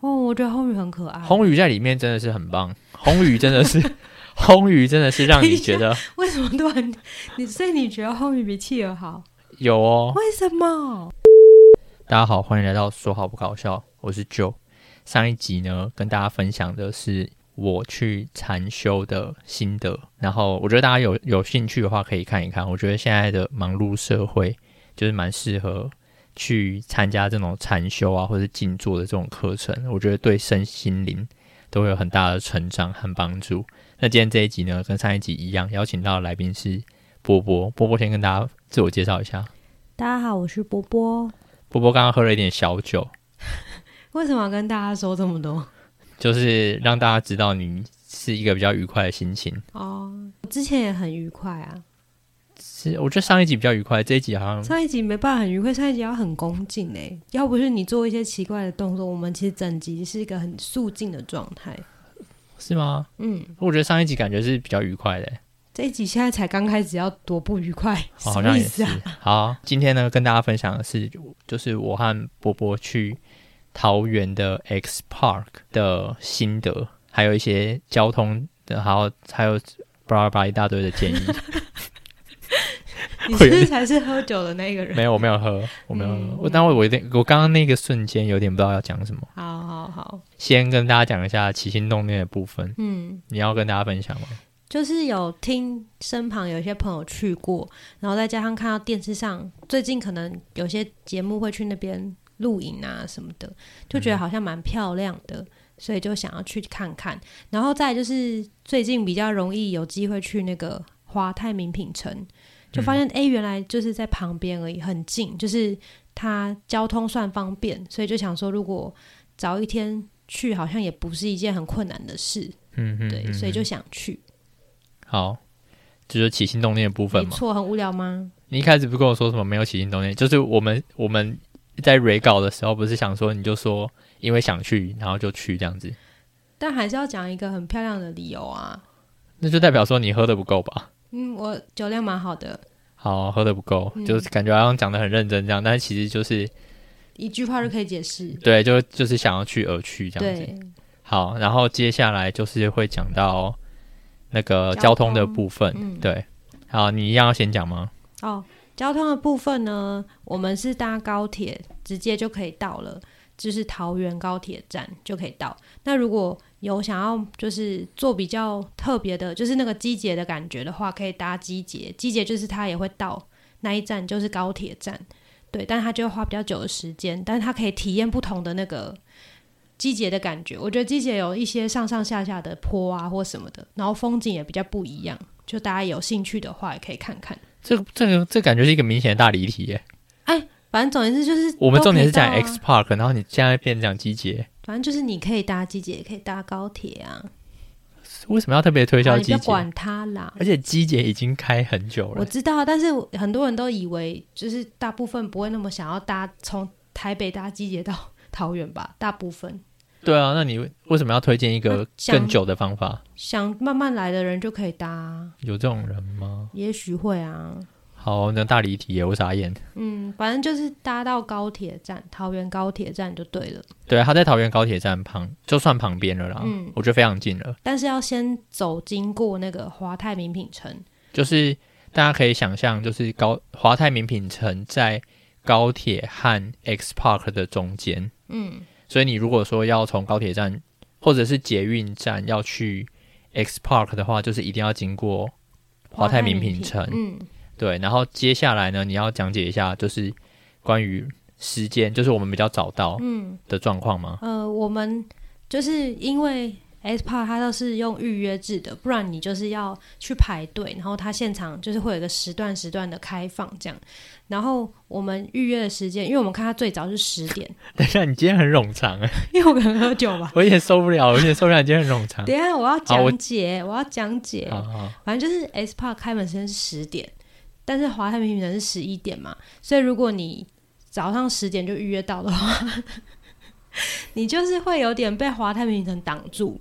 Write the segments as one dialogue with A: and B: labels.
A: 哦我觉得红宇很可爱。
B: 红宇在里面真的是很棒，红宇真的是 红宇真的是让你觉得
A: 为什么突然你？所以你觉得红宇比企鹅好？
B: 有哦。
A: 为什么？
B: 大家好，欢迎来到说好不搞笑，我是 Joe。上一集呢，跟大家分享的是我去禅修的心得，然后我觉得大家有有兴趣的话可以看一看。我觉得现在的忙碌社会，就是蛮适合去参加这种禅修啊，或者静坐的这种课程。我觉得对身心灵都会有很大的成长和帮助。那今天这一集呢，跟上一集一样，邀请到的来宾是波波。波波先跟大家自我介绍一下。
A: 大家好，我是波波。
B: 波波刚刚喝了一点小酒，
A: 为什么要跟大家说这么多？
B: 就是让大家知道你是一个比较愉快的心情。
A: 哦，我之前也很愉快啊。
B: 是，我觉得上一集比较愉快，这一集好像
A: 上一集没办法很愉快，上一集要很恭敬哎、要不是你做一些奇怪的动作，我们其实整集是一个很肃静的状态。
B: 是吗？
A: 嗯，
B: 我觉得上一集感觉是比较愉快的、
A: 这一集现在才刚开始，要多不愉快，
B: 哦
A: 什
B: 好
A: 么
B: 像
A: 意
B: 也
A: 思
B: 是
A: 啊？。
B: 好，今天呢，跟大家分享的是，就是我和波波去桃园的 X Park 的心得，还有一些交通的，还有还有巴拉巴拉一大堆的 建议。
A: 你是不是才是喝酒的那个人？
B: 没有，我没有喝，我没有喝
A: 嗯。
B: 我但我有点，我刚刚那个瞬间有点不知道要讲什么。
A: 好好好，
B: 先跟大家讲一下起心动念的部分，
A: 嗯，
B: 你要跟大家分享吗？
A: 就是有听身旁有一些朋友去过，然后再加上看到电视上最近可能有些节目会去那边露营啊什么的，就觉得好像蛮漂亮的，所以就想要去看看。然后再就是最近比较容易有机会去那个华泰名品城，就发
B: 嗯
A: 现诶，哎原来就是在旁边而已，很近，就是它交通算方便，所以就想说如果早一天去，好像也不是一件很困难的事，
B: 嗯嗯，
A: 对，
B: 嗯
A: 所以
B: 嗯
A: 就想去。
B: 好，这就是起心动念的部分
A: 没
B: 嘛。
A: 错，很无聊吗？
B: 你一开始不跟我说什么没有起心动念，就是我们我们在 re 稿的时候，不是想说你就说因为想去，然后就去这样子，
A: 但还是要讲一个很漂亮的理由啊。
B: 那就代表说你喝的不够吧？
A: 嗯，我酒量蛮好的，
B: 好，喝的不够，
A: 嗯
B: 就是感觉好像讲的很认真这样，但是其实就是
A: 一句话就可以解释。
B: 对，就就是想要去而去这样子。
A: 对，
B: 好，然后接下来就是会讲到那个
A: 交
B: 交通的
A: 通
B: 部分，
A: 嗯
B: 对。好，你一样要先讲吗？
A: 哦，交通的部分呢，我们是搭高铁直接就可以到了，就是桃园高铁站就可以到。那如果有想要就是做比较特别的，就是那个机捷的感觉的话，可以搭机捷，机捷就是它也会到那一站，就是高铁站。对，但它就会花比较久的时间，但是它可以体验不同的那个季节的感觉。我觉得季节有一些上上下下的坡啊或什么的，然后风景也比较不一样。就大家有兴趣的话，也可以看看。
B: 这个这个这感觉是一个明显的大离题
A: 嗯
B: 耶。
A: 反正总而言之就是，
B: 我们重点是讲 X
A: 啊，
B: Park，然后你现在变成讲机节，
A: 反正就是你可以搭机姐，也可以搭高铁啊，
B: 为什么要特别推
A: 啊
B: 销
A: 你不
B: 机
A: 要
B: 节？
A: 管它啦。
B: 而且机节已经开很久
A: 我
B: 了，
A: 知道，但是很多人都以为，就是大部分不会那么想要搭从台北搭机捷到桃园吧，大部分
B: 对啊，那你为什么要推荐一个
A: 那讲
B: 更久的方法？
A: 想慢慢来的人就可以搭啊，
B: 有这种人吗？
A: 也许会啊。
B: 好，那大离题耶，我傻眼。
A: 嗯，反正就是搭到高铁站，桃园高铁站就对了。
B: 对，他在桃园高铁站旁，就算旁边了啦，
A: 嗯
B: 我觉得非常近了。
A: 但是要先走经过那个华泰名品城，
B: 就是大家可以想象，就是高华泰名品城在高铁和 X Park 的中间，
A: 嗯，
B: 所以你如果说要从高铁站或者是捷运站要去 X Park 的话，就是一定要经过华泰名品城。
A: 嗯，
B: 对，然后接下来呢，你要讲解一下就是关于时间，就是我们比较早到
A: 嗯
B: 的状况吗？
A: 呃，我们就是因为 S p a 它都是用预约制的，不然你就是要去排队，然后它现场就是会有一个时段时段的开放这样。然后我们预约的时间，因为我们看它最早是十点，
B: 等一下，你今天很冗长啊，
A: 因为我可能喝酒 吧。
B: 我有点受不了，我有点受不了，你今天很冗长。
A: 等一下我要
B: 好我
A: 讲解，我要讲解。
B: 好好，
A: 反正就是 S Park 开门时间是十点，但是华泰名品城是十一点嘛，所以如果你早上十点就预约到的话， 你就是会有点被华泰名品城挡住，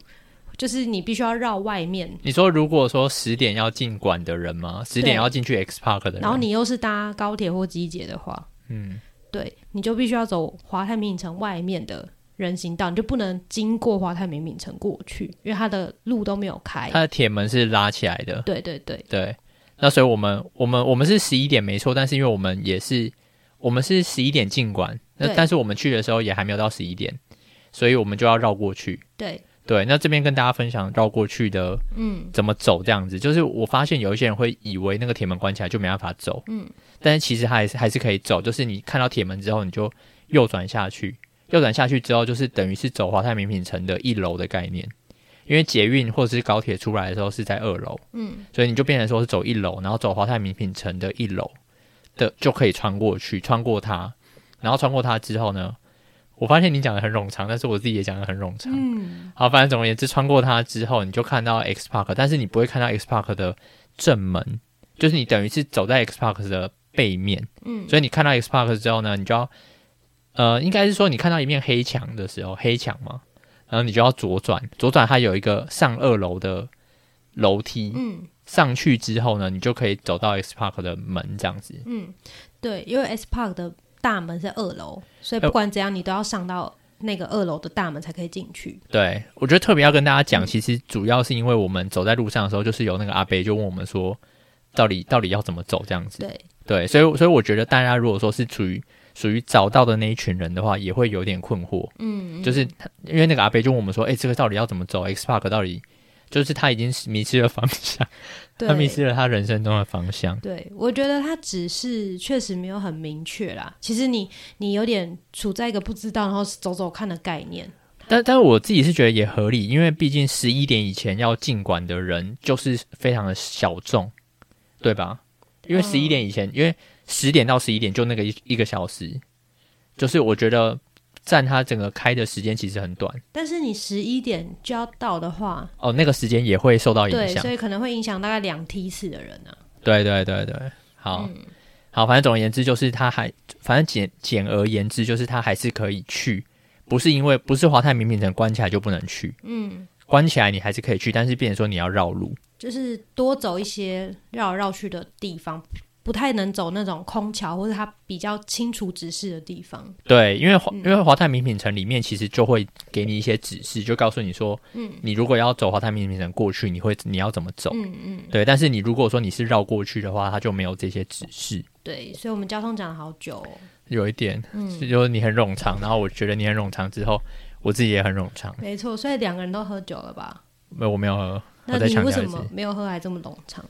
A: 就是你必须要绕外面，
B: 你说如果说十点要进馆的人吗？十
A: 对
B: 点要进去 X Park 的人，
A: 然后你又是搭高铁或机捷的话，
B: 啊嗯，
A: 对，你就必须要走华泰名品城外面的人行道，你就不能经过华泰名品城过去，因为它的路都没有开。
B: 它的铁门是拉起来的，
A: 对对对，
B: 对。那所以我们我们我们是十一点没错，但是因为我们也是我们是十一点进馆，那
A: 对
B: 但是我们去的时候也还没有到十一点，所以我们就要绕过去。
A: 对，
B: 对，那这边跟大家分享绕过去的
A: 嗯，
B: 怎么走这样子，就是我发现有一些人会以为那个铁门关起来就没办法走，
A: 嗯，
B: 但是其实还是还是可以走，就是你看到铁门之后，你就右转下去，右转下去之后就是等于是走华泰名品城的一楼的概念，因为捷运或者是高铁出来的时候是在二楼，
A: 嗯，
B: 所以你就变成说是走一楼，然后走华泰名品城的一楼的就可以穿过去，穿过它，然后穿过它之后呢，我发现你讲的很冗长，但是我自己也讲的很冗长，
A: 嗯，
B: 好，反正总而言之，穿过它之后，你就看到 X Park，但是你不会看到 X Park 的正门，就是你等于是走在 X Park 的背面，
A: 嗯，
B: 所以你看到 X Park 之后呢，你就要，呃，应该是说你看到一面黑墙的时候，黑墙嘛，然后你就要左转，左转它有一个上二楼的楼梯，
A: 嗯
B: 上去之后呢，你就可以走到 X Park 的门这样子，
A: 嗯，对，因为 S Park 的大门是二楼，所以
B: 呃
A: 不管怎样，你都要上到那个二楼的大门才可以进去。
B: 对，我觉得特别要跟大家讲，其实主要是因为我们走在路上的时候，就是有那个阿伯就问我们说，到底到底要怎么走这样子。
A: 对，
B: 对，所以所以我觉得大家如果说是属于属于找到的那一群人的话，也会有点困惑，
A: 嗯，
B: 就是他因为那个阿伯就问我们说，哎、这个到底要怎么走？X Park 到底就是他已经迷失了方向，
A: 对
B: 他迷失了他人生中的方向。
A: 对，我觉得他只是确实没有很明确啦。其实你你有点处在一个不知道，然后走走看的概念。
B: 但但我自己是觉得也合理，因为毕竟十一点以前要进馆的人就是非常的小众，对吧？因为
A: 嗯
B: 十一点以前，因为十点到十一点就那个一一个小时，就是我觉得占它整个开的时间其实很短
A: 但是你十一点就要到的话，
B: 哦，那个时间也会受到影
A: 对，
B: 响
A: 所。以可能会影响大概两梯次的人啊。
B: 对对对对，好、
A: 嗯
B: 好，反正总而言之就是它还，反正简简而言之就是它还是可以去，不是因为不是华泰名品城关起来就不能去，
A: 嗯，
B: 关起来你还是可以去，但是变成说你要绕路。
A: 就是多走一些绕来绕去的地方，不太能走那种空桥或者它比较清楚指示的地方。
B: 对，因为
A: 嗯
B: 华、因为华泰名品城里面其实就会给你一些指示，就告诉你说，
A: 嗯
B: 你如果要走华泰名品城过去，你会你要怎么走。
A: 嗯嗯，
B: 对，但是你如果说你是绕过去的话，它就没有这些指示，
A: 对，所以我们交通讲了好久哦、
B: 有一点，
A: 嗯，
B: 就是你很冗长，然后我觉得你很冗长之后，我自己也很冗长，
A: 没错，所以两个人都喝酒了吧？
B: 没有我没有喝，
A: 那
B: 我再
A: 你
B: 强
A: 为
B: 调
A: 什
B: 一次
A: 么，没有喝还这么冗长？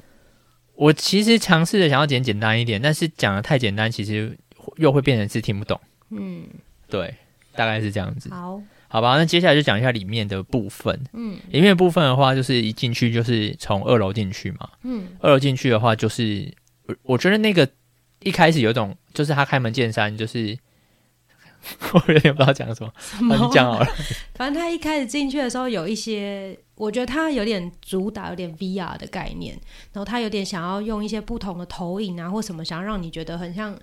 B: 我其实尝试着想要简简单一点，但是讲的太简单，其实又会变成是听不懂，
A: 嗯，
B: 对，大概是这样子。
A: 好，
B: 好吧，那接下来就讲一下里面的部分。
A: 嗯
B: 里面的部分的话，就是一进去就是从二楼进去嘛。
A: 嗯
B: 二楼进去的话，就是我我觉得那个一开始有一种，就是他开门见山，就是 我有点不知道讲什么，那你讲好了。
A: 反正他一开始进去的时候有一些，我觉得他有点主打有点 VR 的概念，然后他有点想要用一些不同的投影啊或什么，想要让你觉得很像，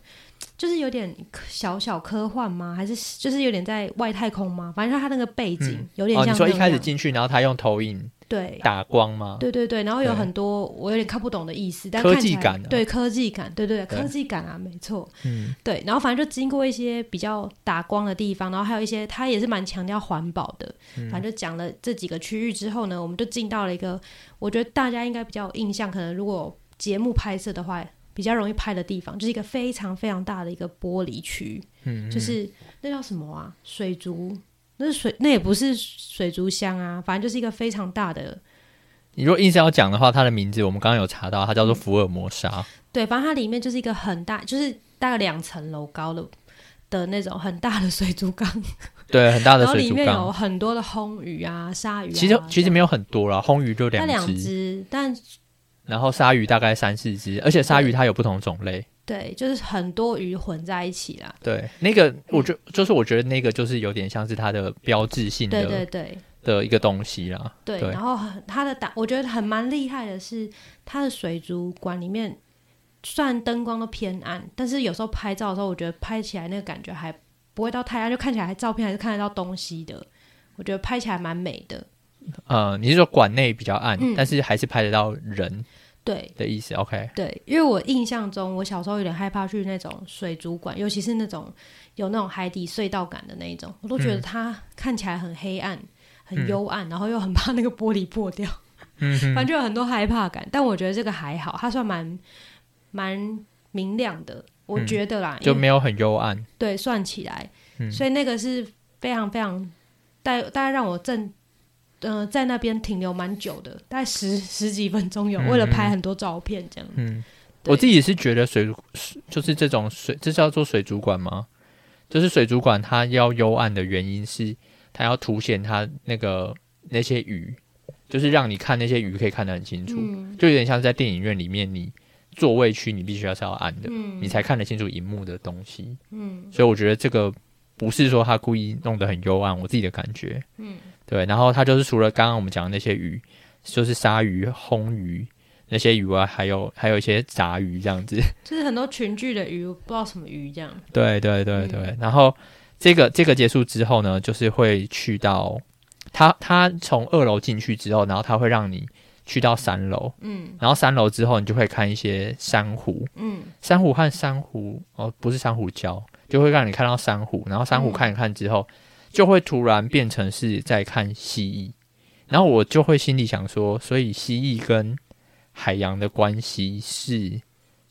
A: 就是有点小小科幻吗？还是就是有点在外太空吗？反正他那个背景、
B: 嗯
A: 有点
B: 哦，
A: 像、
B: 你说一开始，进去，然后他用投影
A: 对
B: 打光吗？
A: 对对对，然后有
B: 对
A: 很多我有点看不懂的意思，但
B: 科
A: 看起
B: 技
A: 来
B: 感啊
A: 对科技感，对对对，
B: 对
A: 科技感啊，没错。
B: 嗯，
A: 对，然后反正就经过一些比较打光的地方，然后还有一些他也是蛮强调环保的，
B: 嗯
A: 反正就讲了这几个区域之后呢，我们就进到了一个我觉得大家应该比较有印象，可能如果节目拍摄的话比较容易拍的地方，就是一个非常非常大的一个玻璃区，
B: 嗯
A: 就是那叫什么啊，水族。那是水，那也不是水族箱啊，反正就是一个非常大的，
B: 你如果硬是要讲的话，它的名字我们刚刚有查到，它叫做福尔摩 沙。
A: 对，反正它里面就是一个很大，就是大概两层楼高的的那种很大的水族缸，
B: 对，很大的
A: 然后
B: 水
A: 里
B: 族
A: 面有啊
B: 缸。
A: 很多的红鱼啊、鲨鱼啊。
B: 其实其实没有很多啦，红鱼就
A: 它
B: 两
A: 两
B: 只，
A: 只，但
B: 然后鲨鱼大概三四只，而且鲨鱼它有不同种类。
A: 对，就是很多鱼混在一起啦。
B: 对，那个
A: 嗯
B: 我觉就是我觉得那个就是有点像是它的标志性的
A: 对对对
B: 的一个东西啦。
A: 对，
B: 对
A: 然后很它的打，我觉得很蛮厉害的是，它的水族馆里面虽然灯光都偏暗，但是有时候拍照的时候，我觉得拍起来那个感觉还不会到太暗，就看起来还照片还是看得到东西的。我觉得拍起来蛮美的，
B: 呃，你是说馆内比较暗，
A: 嗯
B: 但是还是拍得到人，
A: 对
B: 的意思。OK，
A: 对，因为我印象中，我小时候有点害怕去那种水族馆，尤其是那种有那种海底隧道感的那一种，我都觉
B: 嗯
A: 得它看起来很黑暗、很幽暗，然后又很怕那个玻璃破掉，
B: 嗯 哼，
A: 反正就有很多害怕感。但我觉得这个还好，它算蛮蛮明亮的，我
B: 嗯
A: 觉得啦，
B: 就
A: 因为
B: 没有很幽暗。
A: 对，算起来，
B: 嗯
A: 所以那个是非常非常带大概让我正呃在那边停留蛮久的，大概十十几分钟有，
B: 嗯
A: 为了拍很多照片这样。
B: 嗯，
A: 对
B: 我自己是觉得水就是这种水，这叫做水族馆吗？就是水族馆它要幽暗的原因是，它要凸显它那个那些鱼，就是让你看那些鱼可以看得很清楚，
A: 嗯
B: 就有点像是在电影院里面，你座位区你必须要是要暗的，
A: 嗯
B: 你才看得清楚荧幕的东西。
A: 嗯
B: 所以我觉得这个不是说他故意弄得很幽暗，我自己的感觉。
A: 嗯，
B: 对。然后他就是除了刚刚我们讲的那些鱼，就是鲨鱼、红鱼那些鱼啊，还有还有一些杂鱼这样子。
A: 就是很多群聚的鱼，我不知道什么鱼这样。
B: 对对对
A: 嗯
B: 对。然后这个这个结束之后呢，就是会去到他他从二楼进去之后，然后他会让你去到三楼，
A: 嗯
B: 然后三楼之后你就会看一些珊瑚，
A: 嗯
B: 珊瑚和珊瑚哦，不是珊瑚礁，就会让你看到珊瑚，然后珊瑚
A: 嗯
B: 看一看之后，就会突然变成是在看蜥蜴，然后我就会心里想说，所以蜥蜴跟海洋的关系是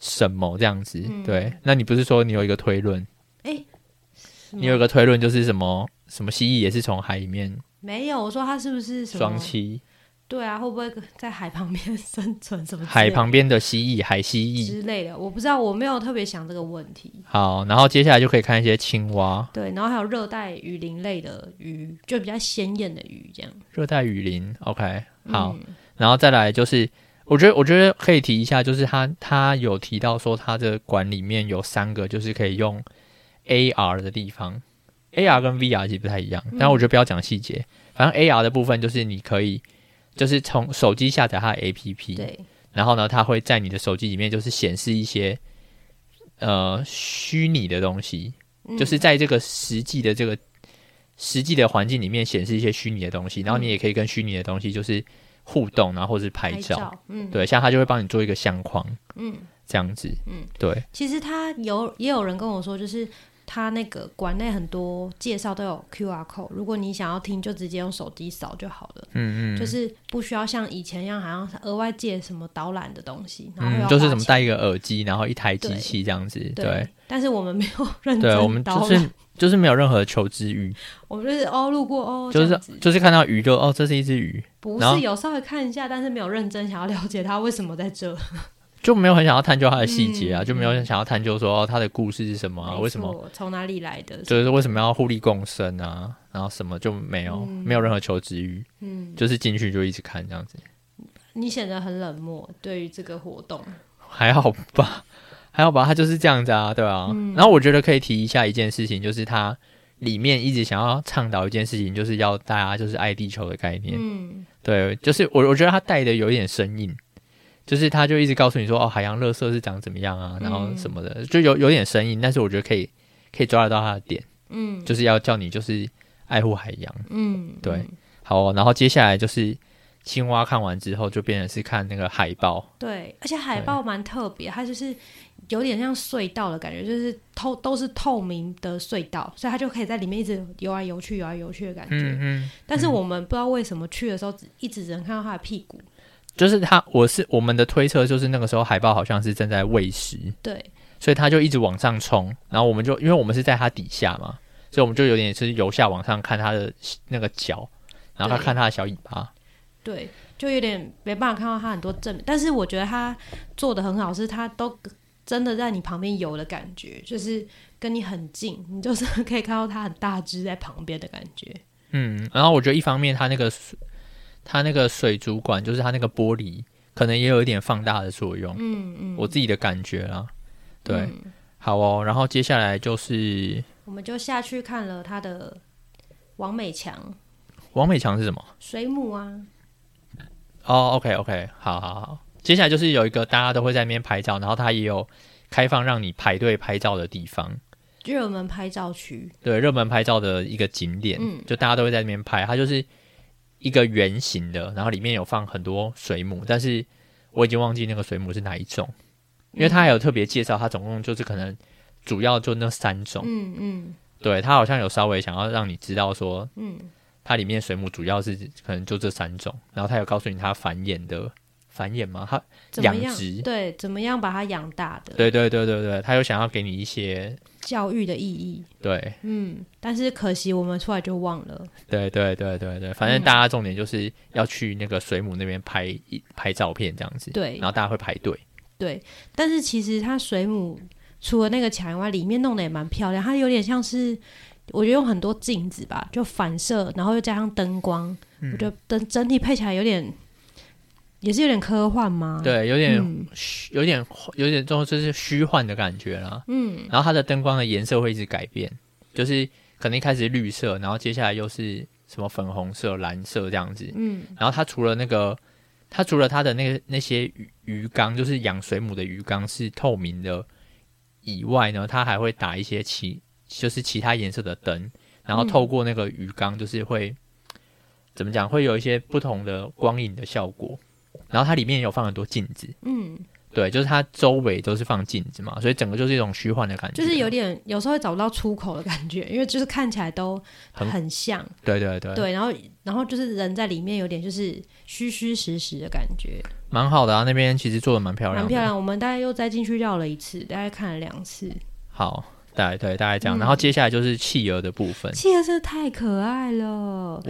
B: 什么这样子？
A: 嗯
B: 对，那你不是说你有一个推论？
A: 什么
B: 你有一个推论就是什么什么蜥蜴也是从海里面
A: 没有？我说它是不是什
B: 双
A: 么？
B: 栖，
A: 对啊，会不会在海旁边生存什么之类的
B: 海旁边的蜥蜴，海蜥蜴。
A: 之类的？我不知道，我没有特别想这个问题。
B: 好，然后接下来就可以看一些青蛙，
A: 对，然后还有热带雨林类的鱼，就比较鲜艳的鱼这样。
B: 热带雨林。OK，好，
A: 嗯
B: 然后再来就是，我觉得我觉得可以提一下，就是他他有提到说他的馆里面有三个就是可以用 AR 的地方，AR 跟 VR 其实不太一样，但我觉得不要讲细节，反正 AR 的部分就是你可以就是从手机下载它的 APP，
A: 对，
B: 然后呢，它会在你的手机里面就是显示一些呃虚拟的东西，
A: 嗯
B: 就是在这个实际的这个实际的环境里面显示一些虚拟的东
A: 嗯
B: 西，然后你也可以跟虚拟的东西就是互动，然后或是拍照。，
A: 嗯，
B: 对，像他就会帮你做一个相框
A: 嗯，
B: 这样子。
A: 嗯，
B: 对，
A: 其实他有也有人跟我说，就是他那个馆内很多介绍都有 QR code，如果你想要听，就直接用手机扫就好了，
B: 嗯嗯，
A: 就是不需要像以前一样，好像额外借什么导览的东西，然后又
B: 嗯，
A: 要
B: 就是
A: 花
B: 怎么
A: 钱
B: 带一个耳机，然后一台机
A: 对
B: 器这样子。
A: 对
B: 对，
A: 但是我们没有认
B: 对，我
A: 真啊
B: 们
A: 导览，
B: 就是 就是没有任何求知欲，
A: 我们就是哦路过哦，
B: 就
A: 这
B: 是
A: 样子
B: 就是看到鱼就哦，这是一只鱼，
A: 不
B: 然后
A: 是有稍微看一下，但是没有认真想要了解他为什么在这，
B: 就没有很想要探究它的细节啊，
A: 嗯
B: 就没有很想要探究说哦它的故事是什么啊，
A: 没
B: 为什么
A: 错从哪里来的，
B: 就是为什么要互利共生啊，然后什么就没有、没有任何求知欲，
A: 嗯，
B: 就是进去就一直看这样子，
A: 你显得很冷漠对于这个活动，
B: 还好吧，还好吧，他就是这样子啊，对啊。
A: 嗯
B: 然后我觉得可以提一下一件事情，就是他里面一直想要倡导一件事情，就是要大家就是爱地球的概念，
A: 嗯
B: 对，就是我我觉得他带的有一点生硬。就是他就一直告诉你说，哦，海洋垃圾是长怎么样啊，然后
A: 嗯
B: 什么的，就有有点生硬，但是我觉得可以可以抓得到他的点，
A: 嗯
B: 就是要叫你就是爱护海洋。
A: 嗯，
B: 对，好、哦，然后接下来就是青蛙看完之后，就变成是看那个海豹，
A: 对，而且海报蛮特别，它就是有点像隧道的感觉，就是透都是透明的隧道，所以它就可以在里面一直游来游去、游来游去的感觉。
B: 嗯嗯，
A: 但是我们不知道为什么去的时候，只一直只能看到它的屁股。
B: 就是它，我是我们的推测就是那个时候海豹好像是正在喂食，
A: 对，
B: 所以它就一直往上冲，然后我们就因为我们是在它底下嘛，所以我们就有点是由下往上看它的那个脚，然后它
A: 对
B: 看它的小尾巴，
A: 对，就有点没办法看到它很多正面。但是我觉得它做的很好，是它都真的在你旁边游的感觉，就是跟你很近，你就是可以看到它很大只在旁边的感觉。
B: 嗯，然后我觉得一方面它那个水它那个水族馆就是它那个玻璃可能也有一点放大的作用，
A: 嗯嗯，
B: 我自己的感觉啦，对，
A: 嗯
B: 好哦，然后接下来就是
A: 我们就下去看了它的王美强
B: 王美强是什么？
A: 水母啊，
B: 哦、o k OK，好好好。接下来就是有一个大家都会在那边拍照，然后它也有开放让你排队拍照的地方，
A: 热门拍照区。
B: 对，热门拍照的一个景点，
A: 嗯
B: 就大家都会在那边拍。它就是一个圆形的，然后里面有放很多水母，但是我已经忘记那个水母是哪一种，因为它还有特别介绍，它总共就是可能主要就那三种。
A: 嗯嗯
B: 对，它好像有稍微想要让你知道说，
A: 嗯，
B: 它里面水母主要是可能就这三种，然后它有告诉你它繁衍的繁衍吗？它
A: 怎么样
B: 养殖？
A: 对，怎么样把它养大的？
B: 对对对对对，它有想要给你一些
A: 教育的意义。
B: 对
A: 嗯，但是可惜我们出来就忘了。
B: 对对对对对，反
A: 嗯
B: 正大家重点就是要去那个水母那边拍一拍照片这样子，
A: 对
B: 然后大家会排队，
A: 对，但是其实它水母除了那个墙以外，里面弄得也蛮漂亮，它有点像是。我觉得用很多镜子吧，就反射，然后又加上灯光，
B: 嗯
A: 我觉得整整体配起来有点，也是有点科幻吗？，
B: 对，有点、
A: 嗯
B: 虚有点有点这种就是虚幻的感觉啦，
A: 嗯，
B: 然后它的灯光的颜色会一直改变，就是可能一开始绿色，然后接下来又是什么粉红色、蓝色这样子，
A: 嗯，
B: 然后它除了那个，它除了它的那个那些鱼鱼缸，就是养水母的鱼缸是透明的以外呢，它还会打一些其就是其他颜色的灯，
A: 嗯
B: 然后透过那个鱼缸，就是会、怎么讲，会有一些不同的光影的效果。然后它里面有放很多镜子，
A: 嗯，
B: 对，就是它周围都是放镜子嘛，所以整个就是一种虚幻的感觉，
A: 就是有点有时候会找不到出口的感觉，因为就是看起来都
B: 很
A: 很像，
B: 对对对，
A: 对，然后然后就是人在里面有点就是虚虚实实的感觉，
B: 蛮好的啊，那边其实做的蛮漂
A: 蛮
B: 亮的，
A: 漂亮。我们大概又再进去绕了一次，大概看了两次，
B: 好，对对，大概这样。然后接下来就是企鹅的部分，
A: 嗯企鹅真的太可爱了，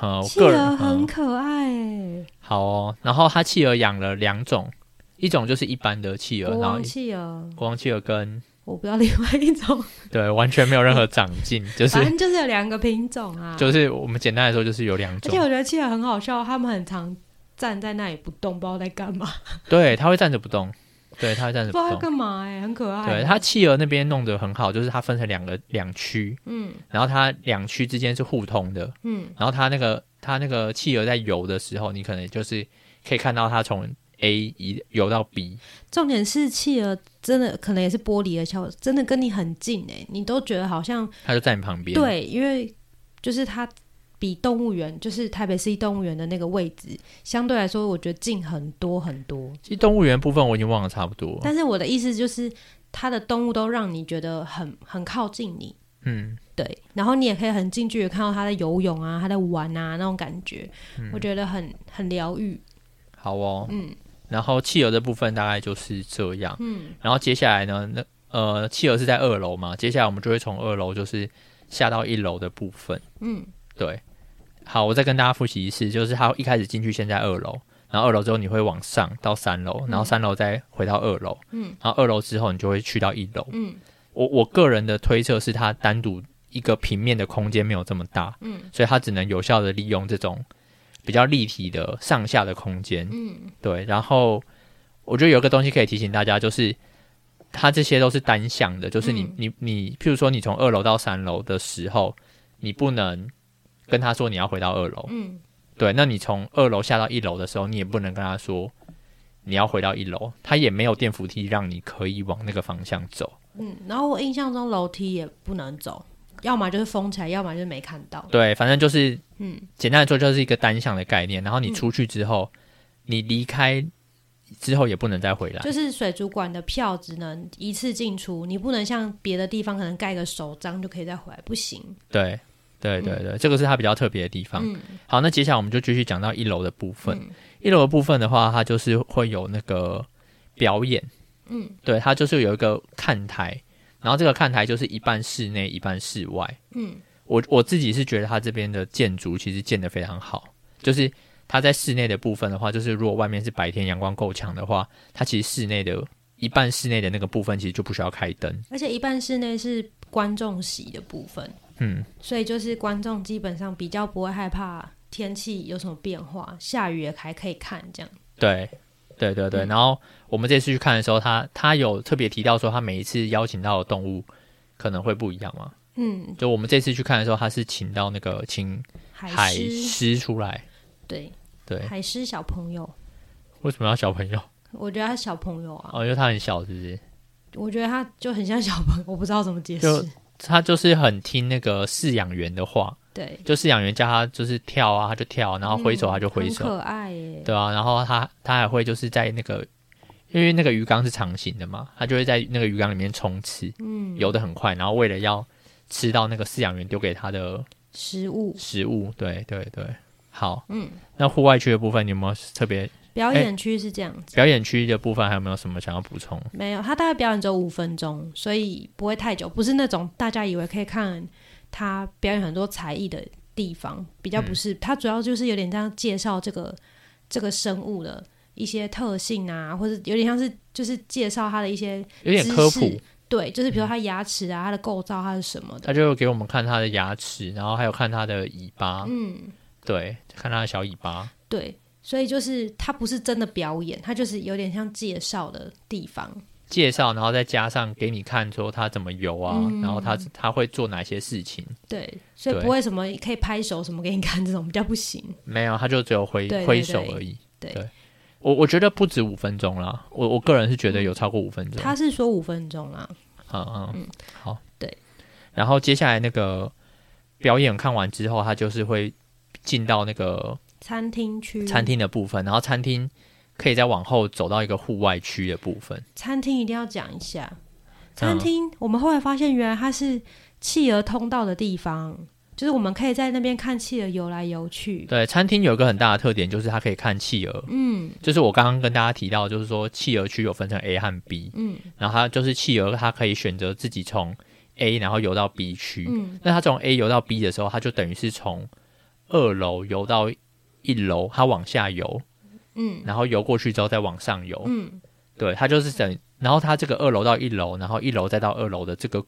B: 呃，我
A: 企
B: 个
A: 鹅
B: 人
A: 很
B: 嗯
A: 可爱哎、
B: 好哦。然后它企鹅养了两种，一种就是一般的企鹅，
A: 国
B: 然后
A: 王
B: 一
A: 企鹅，
B: 国王企鹅跟
A: 我不知道另外一 种，
B: 对完全没有任何长 进，就是
A: 反正就是有两个品种啊。
B: 就是我们简单来说就是有两
A: 而且
B: 种，
A: 我觉得企鹅很好笑，他们很常站在那里不动，不知道在干嘛，
B: 对，它会站着不动，对，它会站
A: 不知
B: 着不
A: 道在
B: 动。
A: 干嘛哎、很可爱。
B: 对它企鹅那边弄得很好，就是它分成两个两区，
A: 嗯
B: 然后它两区之间是互通的，
A: 嗯
B: 然后它那个它那个企鹅在游的时候，你可能就是可以看到它从 A 移游到 B，
A: 重点是企鹅真的可能也是玻璃的敲，真的跟你很近哎、你都觉得好像
B: 它就在你旁边。
A: 对，因为就是它比动物园，就是台北市立动物园的那个位置，相对来说我觉得近很多很多。
B: 其实动物园部分我已经忘了差不多。
A: 但是我的意思就是，它的动物都让你觉得很很靠近你，
B: 嗯，
A: 对，然后你也可以很近距离看到它在游泳啊，它在玩啊那种感觉，我觉得很很疗愈。
B: 好哦。
A: 嗯
B: 然后企鹅的部分大概就是这样。
A: 嗯
B: 然后接下来呢，那呃，企鹅是在二楼嘛，接下来我们就会从二楼就是下到一楼的部分。
A: 嗯，
B: 对，好，我再跟大家复习一次，就是它一开始进去先在二楼，然后二楼之后你会往上到三楼，然后三楼再回到二楼，
A: 嗯，
B: 然后二楼之后你就会去到一楼。
A: 嗯，
B: 我我个人的推测是它单独一个平面的空间没有这么大，
A: 嗯，
B: 所以它只能有效的利用这种比较立体的上下的空间，
A: 嗯，
B: 对。然后我觉得有一个东西可以提醒大家，就是它这些都是单向的，就是你、
A: 嗯
B: 你你，譬如说你从二楼到三楼的时候，你不能跟他说你要回到二楼，
A: 嗯，
B: 对。那你从二楼下到一楼的时候，你也不能跟他说。你要回到一楼，它也没有电扶梯让你可以往那个方向走。
A: 嗯，然后我印象中楼梯也不能走，要么就是封起来，要么就是没看到。
B: 对，反正就是
A: 嗯
B: 简单来说就是一个单向的概念。然后你出去之后，你离开之后也不能再回来。
A: 就是水族馆的票只能一次进出，你不能像别的地方可能盖个手章就可以再回来，不行。
B: 对，对对对，这个是它比较特别的地方。
A: 嗯
B: 好，那接下来我们就继续讲到一楼的部分。一楼的部分的话，它就是会有那个表演，
A: 嗯
B: 对，它就是有一个看台，然后这个看台就是一半室内，一半室外。
A: 嗯
B: 我我自己是觉得它这边的建筑其实建得非常好，就是它在室内的部分的话，就是如果外面是白天阳光够强的话，它其实室内的一半室内的那个部分其实就不需要开灯，
A: 而且一半室内是观众席的部分，
B: 嗯，
A: 所以就是观众基本上比较不会害怕天气有什么变化，下雨也还可以看这样。
B: 对，对对
A: 嗯
B: 对。然后我们这次去看的时候，它它有特别提到说，它每一次邀请到的动物可能会不一样嘛，
A: 嗯，
B: 就我们这次去看的时候，它是请到那个请海
A: 海狮
B: 狮哎出来，
A: 对
B: 对，
A: 海狮小朋友，
B: 为什么要小朋友？
A: 我觉得他小朋友啊，
B: 哦，因为它很小，是不是？
A: 我觉得他就很像小朋友，我不知道怎么解释
B: 就。它就是很听那个饲养员的话，
A: 对，
B: 就饲养员叫他就是跳啊，他就跳，然后挥手他就挥
A: 嗯
B: 手，
A: 很可爱耶。
B: 对啊，然后他他还会就是在那个，因为那个鱼缸是长形的嘛，他就会在那个鱼缸里面冲刺，
A: 嗯，
B: 游得很快，然后为了要吃到那个饲养员丢给他的
A: 食物
B: 食物，对对对，好，
A: 嗯，
B: 那户外区的部分你有没有特别
A: 表演区是这样子，
B: 表演区的部分还有没有什么想要补充？
A: 没有，他大概表演只有五分钟，所以不会太久，不是那种大家以为可以看他表演很多才艺的地方，比较不是。他主要就是有点这样介绍这个这个生物的一些特性啊，或者有点像是就是介绍它的一些
B: 有点科
A: 知
B: 普
A: 识，对，就是比如说它牙齿啊、它的构造、它是什么的，
B: 他就给我们看他的牙齿，然后还有看他的尾巴，
A: 嗯，
B: 对，看他的小尾巴，
A: 对。所以就是它不是真的表演，它就是有点像介绍的地方，
B: 介绍，然后再加上给你看说他怎么游啊，
A: 嗯
B: 然后他他会做哪些事情。
A: 对，所以
B: 对
A: 不会什么可以拍手什么给你看这种比较不行，
B: 没有，他就只有挥
A: 对对
B: 挥手
A: 对
B: 而已。
A: 对
B: 我我觉得不止五分钟啦，我我个人是觉得有超过五分钟。
A: 他是说五分钟啦，
B: 嗯嗯，好，
A: 对。
B: 然后接下来那个表演看完之后，他就是会进到那个
A: 餐厅区，
B: 餐厅的部分，然后餐厅可以再往后走到一个户外区的部分。
A: 餐厅一定要讲一下。
B: 嗯
A: 餐厅，我们后来发现，原来它是企鹅通道的地方，就是我们可以在那边看企鹅游来游去。
B: 对，餐厅有一个很大的特点就是它可以看企鹅，
A: 嗯
B: 就是我刚刚跟大家提到，就是说企鹅区有分成 A 和 B，
A: 嗯
B: 然后它就是企鹅，它可以选择自己从 A 然后游到 B 区，
A: 嗯
B: 那它从 A 游到 B 的时候，它就等于是从二楼游到一楼，它往下游，
A: 嗯
B: 然后游过去之后再往上游。
A: 嗯，
B: 对，它就是等，然后它这个二楼到一楼，然后一楼再到二楼的这个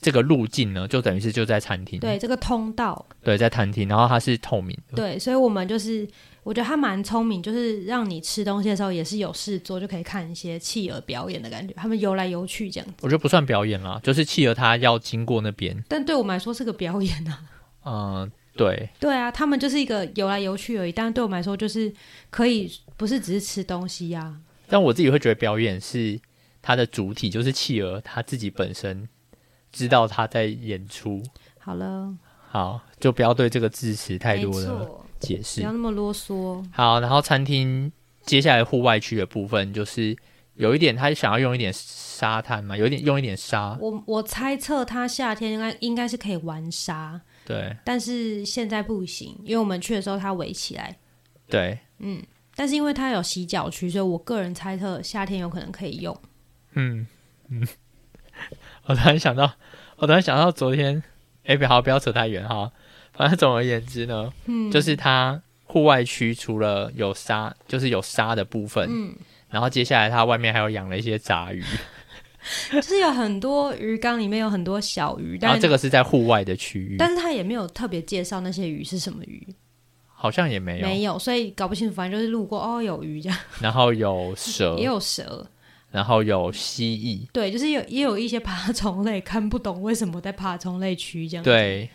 B: 这个路径呢，就等于是就在餐厅。
A: 对，这个通道，
B: 对，在餐厅，然后它是透明的。
A: 对，所以我们就是，我觉得他蛮聪明，就是让你吃东西的时候也是有事做，就可以看一些企鹅表演的感觉，他们游来游去这样。
B: 我觉得不算表演啦，就是企鹅它要经过那边，
A: 但对我们来说是个表演啊，
B: 嗯、对，
A: 对啊，他们就是一个游来游去而已，但对我们来说就是可以，不是只是吃东西啊呀、
B: 但我自己会觉得表演是它的主体，就是企鹅它自己本身知道它在演出。
A: 好了，
B: 好，就不要对这个字词太
A: 没
B: 多的
A: 错，
B: 解
A: 不
B: 释
A: 要。那么啰嗦。
B: 好，然后餐厅接下来户外区的部分，就是有一点他想要用一点沙滩嘛，有一点用一点沙，
A: 我我猜测他夏天应该应该是可以玩沙，
B: 对
A: 但是现在不行，因为我们去的时候他围起来。
B: 对，
A: 但是因为它有洗脚区，所以我个人猜测夏天有可能可以用。
B: 嗯嗯。 我突然想到，我突然想到昨天，哎，不好，不要扯太远哈。反正总而言之呢，
A: 嗯，
B: 就是它户外区除了有沙，就是有沙的部分，
A: 嗯，
B: 然后接下来它外面还有养了一些杂鱼，
A: 就是有很多鱼缸里面有很多小鱼，
B: 然
A: 但
B: 后啊这个是在户外的区域，
A: 但是他也没有特别介绍那些鱼是什么鱼，
B: 好像也没有。
A: 没有，所以搞不清楚，反正就是路过哦有鱼这样，
B: 然后有蛇
A: 也，有蛇，
B: 然后有蜥蜴，
A: 对，就是有也有一些爬虫类，看不懂为什么在爬虫类区这样。，
B: 对，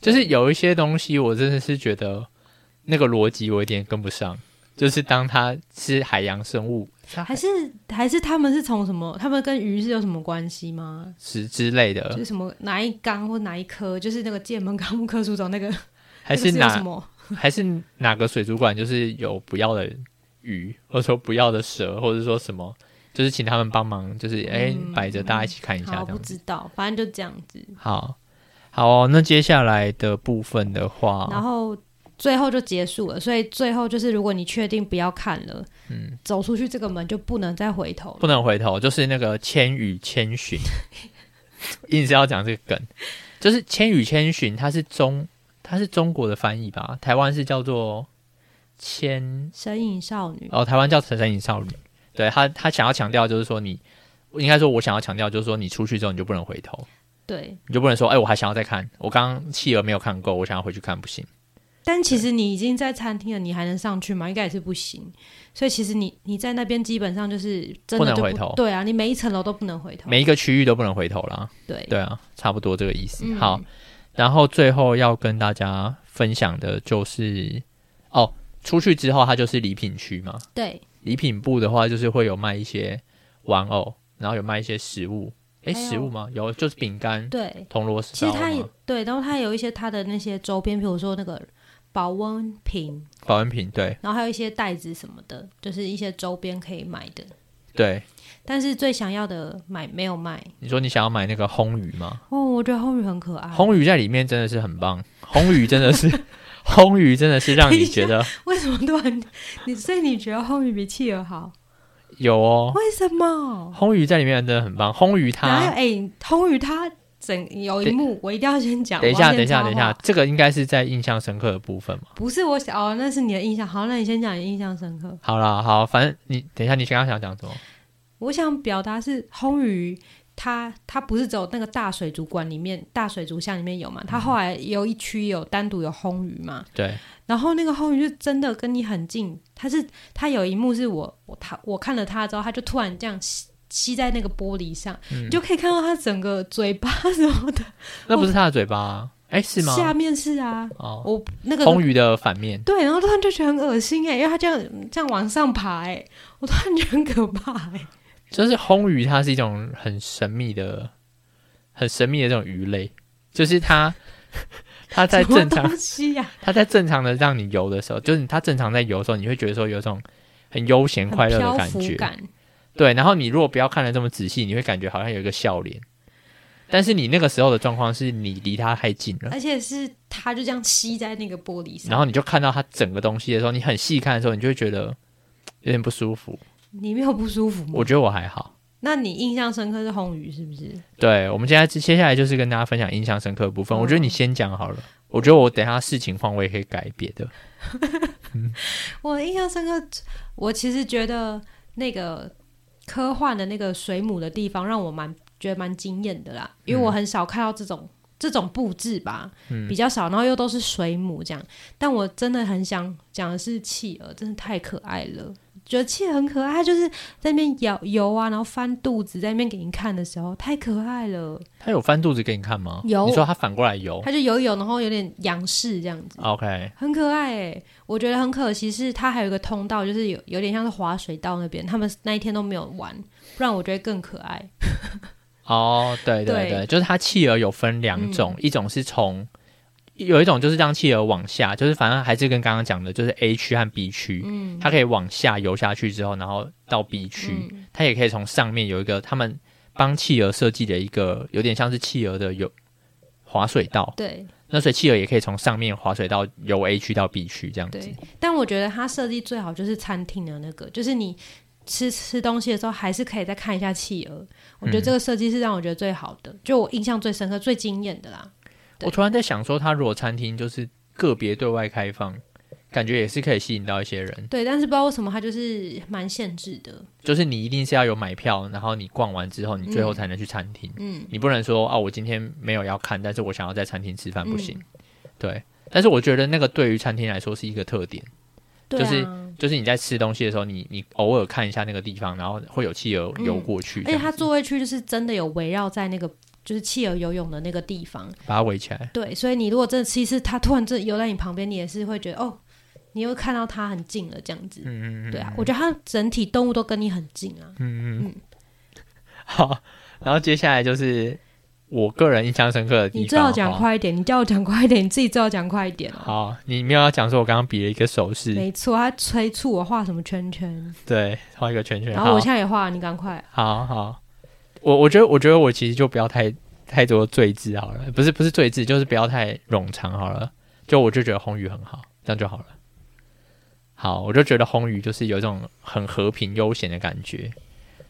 B: 就是有一些东西，我真的是觉得那个逻辑我有点跟不上。就是当它是海洋生物，它
A: 还是啊还是他们是从什么？他们跟鱼是有什么关系吗？
B: 之之类
A: 就
B: 的，
A: 是什么哪一缸或哪一科，就是那个剑门纲目科属种那个，
B: 还
A: 那
B: 是
A: 个有什
B: 哪
A: 么？
B: 还是哪个水族馆，就是有不要的鱼，或者说不要的蛇，或者说什么，就是请他们帮忙，就是哎摆着大家一起看一
A: 嗯
B: 下
A: 好，
B: 这
A: 不
B: 样子。
A: 知道，反正就这样子。
B: 好，好哦。那接下来的部分的
A: 然
B: 话，
A: 后最后就结束了，所以最后就是，如果你确定不要看了，
B: 嗯，
A: 走出去这个门就不能再回头
B: 不
A: 了。
B: 能回头，就是那个千与千 寻，硬是要讲这个梗，就是千与千寻，它是中它是中国的翻译吧，台湾是叫做千，
A: 神隐少女，
B: 哦，台湾叫神神隐少女，对他他想要强调就是说你，应该说我想要强调就是说你出去之后你就不能回头，
A: 对，
B: 你就不能说哎、我还想要再看，我刚刚企鹅没有看够，我想要回去看不行，
A: 但其实你已经在餐厅了，你还能上去吗？应该也是不行。所以其实你你在那边基本上就是真
B: 不
A: 的
B: 能
A: 就
B: 回头
A: 对啊，你每一层楼都不能回头，
B: 每一个区域都不能回头啦，
A: 对
B: 对啊，差不多这个意思，
A: 嗯
B: 好。然后最后要跟大家分享的就是，哦，出去之后它就是礼品区嘛。
A: 对
B: 礼品部的话，就是会有卖一些玩偶，然后有卖一些食物，哎，
A: 还有
B: 食物吗？有，就是饼干、
A: 对，
B: 铜锣烧
A: 其实它也
B: 嘛，
A: 对，然后它有一些它的那些周边，比如说那个保温瓶，
B: 保温瓶，对
A: 然后还有一些袋子什么的，就是一些周边可以买的。
B: 对。
A: 但是最想要的买没有卖
B: 你说你想要买那个烘鱼吗？
A: 哦，我觉得后面很可爱。
B: 烘鱼在里面真的是很棒，烘鱼真的是， 烘鱼真的是让你 觉得
A: 为什么突然你？所以你觉得烘鱼比企鹅好？
B: 有哦。
A: 为什么？
B: 烘鱼在里面真的很棒，烘鱼
A: 哪有？
B: 它，
A: 哎、烘鱼它整有一幕，我一定要先讲。
B: 等一
A: 我
B: 下，
A: 要
B: 等一
A: 先
B: 下，
A: 插
B: 等一下
A: 话，，
B: 这个应该是在印象深刻的部分嘛。
A: 不是我想哦，那是你的印象。好，那你先讲你印象深刻。
B: 好啦，好，反正你等一下，你刚刚想讲什么？
A: 我想表达是烘鱼，它它不是只有那个大水族馆里面大水族箱里面有
B: 嗯
A: 嘛？它后来有一区有单独有烘鱼嘛？
B: 对，
A: 然后那个烘鱼就真的跟你很近，它是它有一幕是我我他我看了它之后，它就突然这样吸吸在那个玻璃上，
B: 嗯
A: 你就可以看到它整个嘴巴什么的，
B: 那不是它的嘴巴、啊，哎、是吗？
A: 哦下面是啊，
B: 哦，
A: 我那个
B: 烘鱼的反面。
A: 对，然后突然就觉得很恶心哎、因为它这样这样往上爬哎、我突然觉得很可怕哎、
B: 就是烘鱼，它是一种很神秘的、很神秘的这种鱼类，就是它它在
A: 什么
B: 正常
A: 东西啊呀、
B: 它在正常的让你游的时候，就是它正常在游的时候，你会觉得说有一种很悠闲
A: 很
B: 快乐
A: 漂
B: 的感
A: 浮
B: 觉，
A: 感，
B: 对。然后你如果不要看得这么仔细，你会感觉好像有一个笑脸，但是你那个时候的状况是你离它太近了。
A: 而且是它就这样吸在那个玻璃上，
B: 然后你就看到它整个东西的时候，你很细看的时候，你就会觉得呃有点不舒服。
A: 你没有不舒服吗
B: 我？觉得我还好，
A: 那你印象深刻是红鱼是不是？
B: 对，我们现在接下来就是跟大家分享印象深刻的部
A: 嗯
B: 分。我觉得你先讲好了，我觉得我等一下视情况我也可以改别的。
A: 我印象深刻，我其实觉得那个科幻的那个水母的地方让我蛮觉得蛮惊艳的啦，因为我很少看到这种这种布置吧，
B: 嗯
A: 比较少，然后又都是水母这样。但我真的很想讲的是企鹅，真的太可爱了。觉得企鹅很可爱，它就是在那边摇游啊，然后翻肚子，在那边给你看的时候，太可爱了。
B: 他有翻肚子给你看吗？
A: 有
B: 你说他反过来游啊
A: 它就游一游，然后有点仰视这样子。
B: ？OK，
A: 很可爱诶、我觉得很可惜是它还有一个通道，就是有有点像是滑水道那边，他们那一天都没有玩，不然我觉得更可爱。
B: 哦，对对
A: 对嗯
B: 对，就是它企鹅有分两种，一种是从有一种就是让企鹅往下，就是反正还是跟刚刚讲的，就是 A 区和 B 区，
A: 嗯，
B: 它可以往下游下去之后，然后到 B 区，
A: 嗯
B: 它也可以从上面有一个他们帮企鹅设计的一个有点像是企鹅的游滑水道。
A: 对
B: 那所以企鹅也可以从上面滑水到由 A 区到 B 区这样子
A: 对。，但我觉得它设计最好就是餐厅的那个，就是你吃吃东西的时候还是可以再看一下企鹅。我觉
B: 嗯
A: 得这个设计是让我觉得最好的，就我印象最深刻、最惊艳的啦。对
B: 我突然在想说，它如果餐厅就是个别对外开放，感觉也是可以吸引到一些人。
A: 对，但是不知道为什么它就是蛮限制的。
B: 就是你一定是要有买票，然后你逛完之后，你最后才能去餐厅。
A: 嗯，
B: 你不能说啊，我今天没有要看，但是我想要在餐厅吃饭，不行。
A: 嗯
B: 对，但是我觉得那个对于餐厅来说是一个特点，
A: 对啊。
B: 就是就是你在吃东西的时候，你你偶尔看一下那个地方，然后会有企鹅游
A: 嗯
B: 过去
A: 而
B: 这
A: 且
B: 样子，
A: 它座位区就是真的有围绕在那个就是企鹅游泳的那个地方，
B: 把它围起来。
A: 对，所以你如果真的吃一次，它突然这游在你旁边，你也是会觉得哦，你又看到它很近了这样子。
B: 嗯嗯嗯，
A: 对啊，我觉得它整体动物都跟你很近啊。
B: 嗯嗯
A: 嗯，
B: 好，然后接下来就是我个人印象深刻的地方。
A: 你最好讲
B: 好不好。
A: 快一点，你叫我讲快一点，你自己最好讲快一点哦。
B: 好，你没有要讲说我刚刚比了一个手势，
A: 没错，他催促我画什么圈圈，
B: 对，画一个圈圈。
A: 然后我
B: 好，
A: 现在也画，你赶快。
B: 好好，我我觉得，我觉得我其实就不要太太多醉字好了，不是不是醉字，就是不要太冗长好了。就我就觉得红鱼很好，这样就好了。好，我就觉得红鱼就是有一种很和平悠闲的感觉，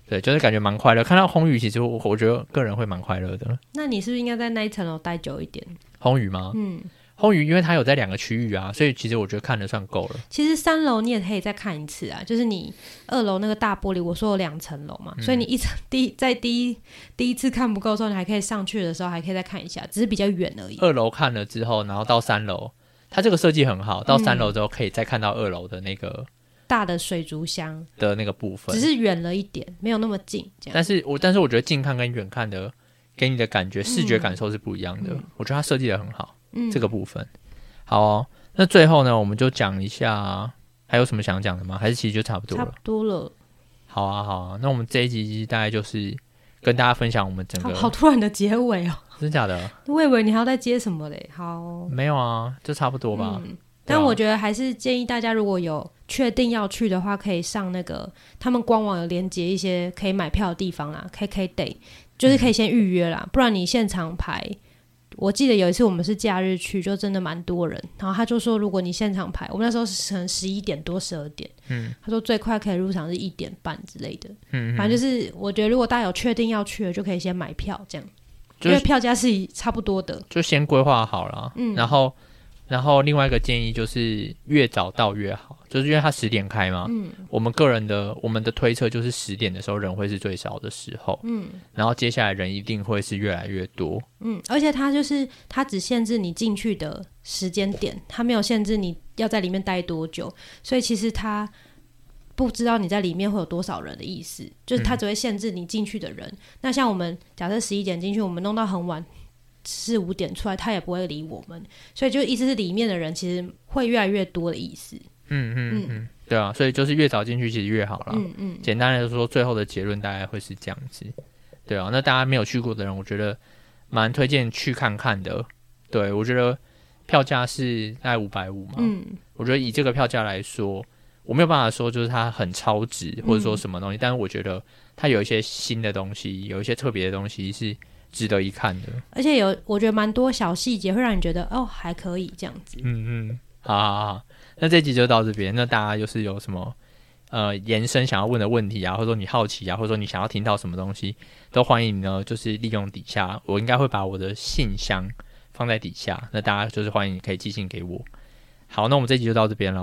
B: 对，就是感觉蛮快乐。看到红鱼，其实我我觉得个人会蛮快乐的。
A: 那你是不是应该在那一层楼待久一点？
B: 红鱼吗？
A: 嗯，
B: 烘鱼，因为它有在两个区域啊，所以其实我觉得看的算够了。
A: 其实三楼你也可以再看一次啊，就是你二楼那个大玻璃，我说有两层楼嘛，
B: 嗯
A: 所以你一层第一在第一第一次看不够的时候，你还可以上去的时候还可以再看一下，只是比较远而已。
B: 二楼看了之后，然后到三楼，它这个设计很好。到三楼之后可以再看到二楼的那个、
A: 大的水族箱
B: 的那个部分
A: 只。是远了一点，没有那么近，这样
B: 但是我但是我觉得近看跟远看的给你的感觉、视觉感受是不一样的。
A: 嗯
B: 我觉得它设计的很好，
A: 嗯
B: 这个部分。好哦、那最后呢，我们就讲一下还有什么想讲的吗？还是其实就差不多
A: 差
B: 了
A: 不？多了。
B: 啊好啊，好啊，那我们这一集大概就是跟大家分享我们整
A: 好
B: 个，
A: 好突然的结尾哦，
B: 真假的？
A: 我以为你还要再接什么嘞。好，
B: 没有啊，就差不多吧。
A: 嗯
B: 对啊
A: 但我觉得还是建议大家，如果有确定要去的话，可以上那个他们官网有连接一些可以买票的地方啦，KK Day，就是
B: 嗯
A: 可以先预约啦，不然你现场排。我记得有一次我们是假日去，就真的蛮多人。然后他就说，如果你现场排，我们那时候是可能十一点多、十二点，
B: 嗯，
A: 他说最快可以入场是一点半之类的。
B: 嗯，
A: 反正就是我觉得如果大家有确定要去的，就可以先买票这样，
B: 就
A: 因为
B: 是
A: 票价是差不多的。
B: 就先规划好了，嗯，然后然后另外一个建议就是越早到越好，就是因为它十点开嘛，嗯，我们个人的我们的推测就是十点的时候人会是最少的时候，嗯，然后接下来人一定会是越来越多，
A: 嗯，而且它就是它只限制你进去的时间点，它没有限制你要在里面待多久，所以其实它不知道你在里面会有多少人的意思，就是它只会限制你进去的人。那像我们假设十一点进去，我们弄到很晚四五点出来，他也不会理我们，所以就意思是里面的人其实会越来越多的意思。
B: 嗯嗯嗯。对啊，所以就是越早进去其实越好啦。
A: 嗯嗯，
B: 简单来说，最后的结论大概会是这样子。对啊，那大家没有去过的人，我觉得蛮推荐去看看的。对，我觉得票价是大概五百五嘛。
A: 嗯，
B: 我觉得以这个票价来说，我没有办法说就是它很超值或者说什么东西，但是我觉得它有一些新的东西，有一些特别的东西是值得一看的。
A: 而且有我觉得蛮多小细节会让你觉得哦还可以这样子。
B: 嗯嗯，好好好，那这集就到这边。那大家就是有什么呃延伸想要问的问题啊，或者说你好奇啊，或者说你想要听到什么东西，都欢迎呢，就是利用底下，我应该会把我的信箱放在底下，那大家就是欢迎可以寄信给我。好，那我们这集就到这边了。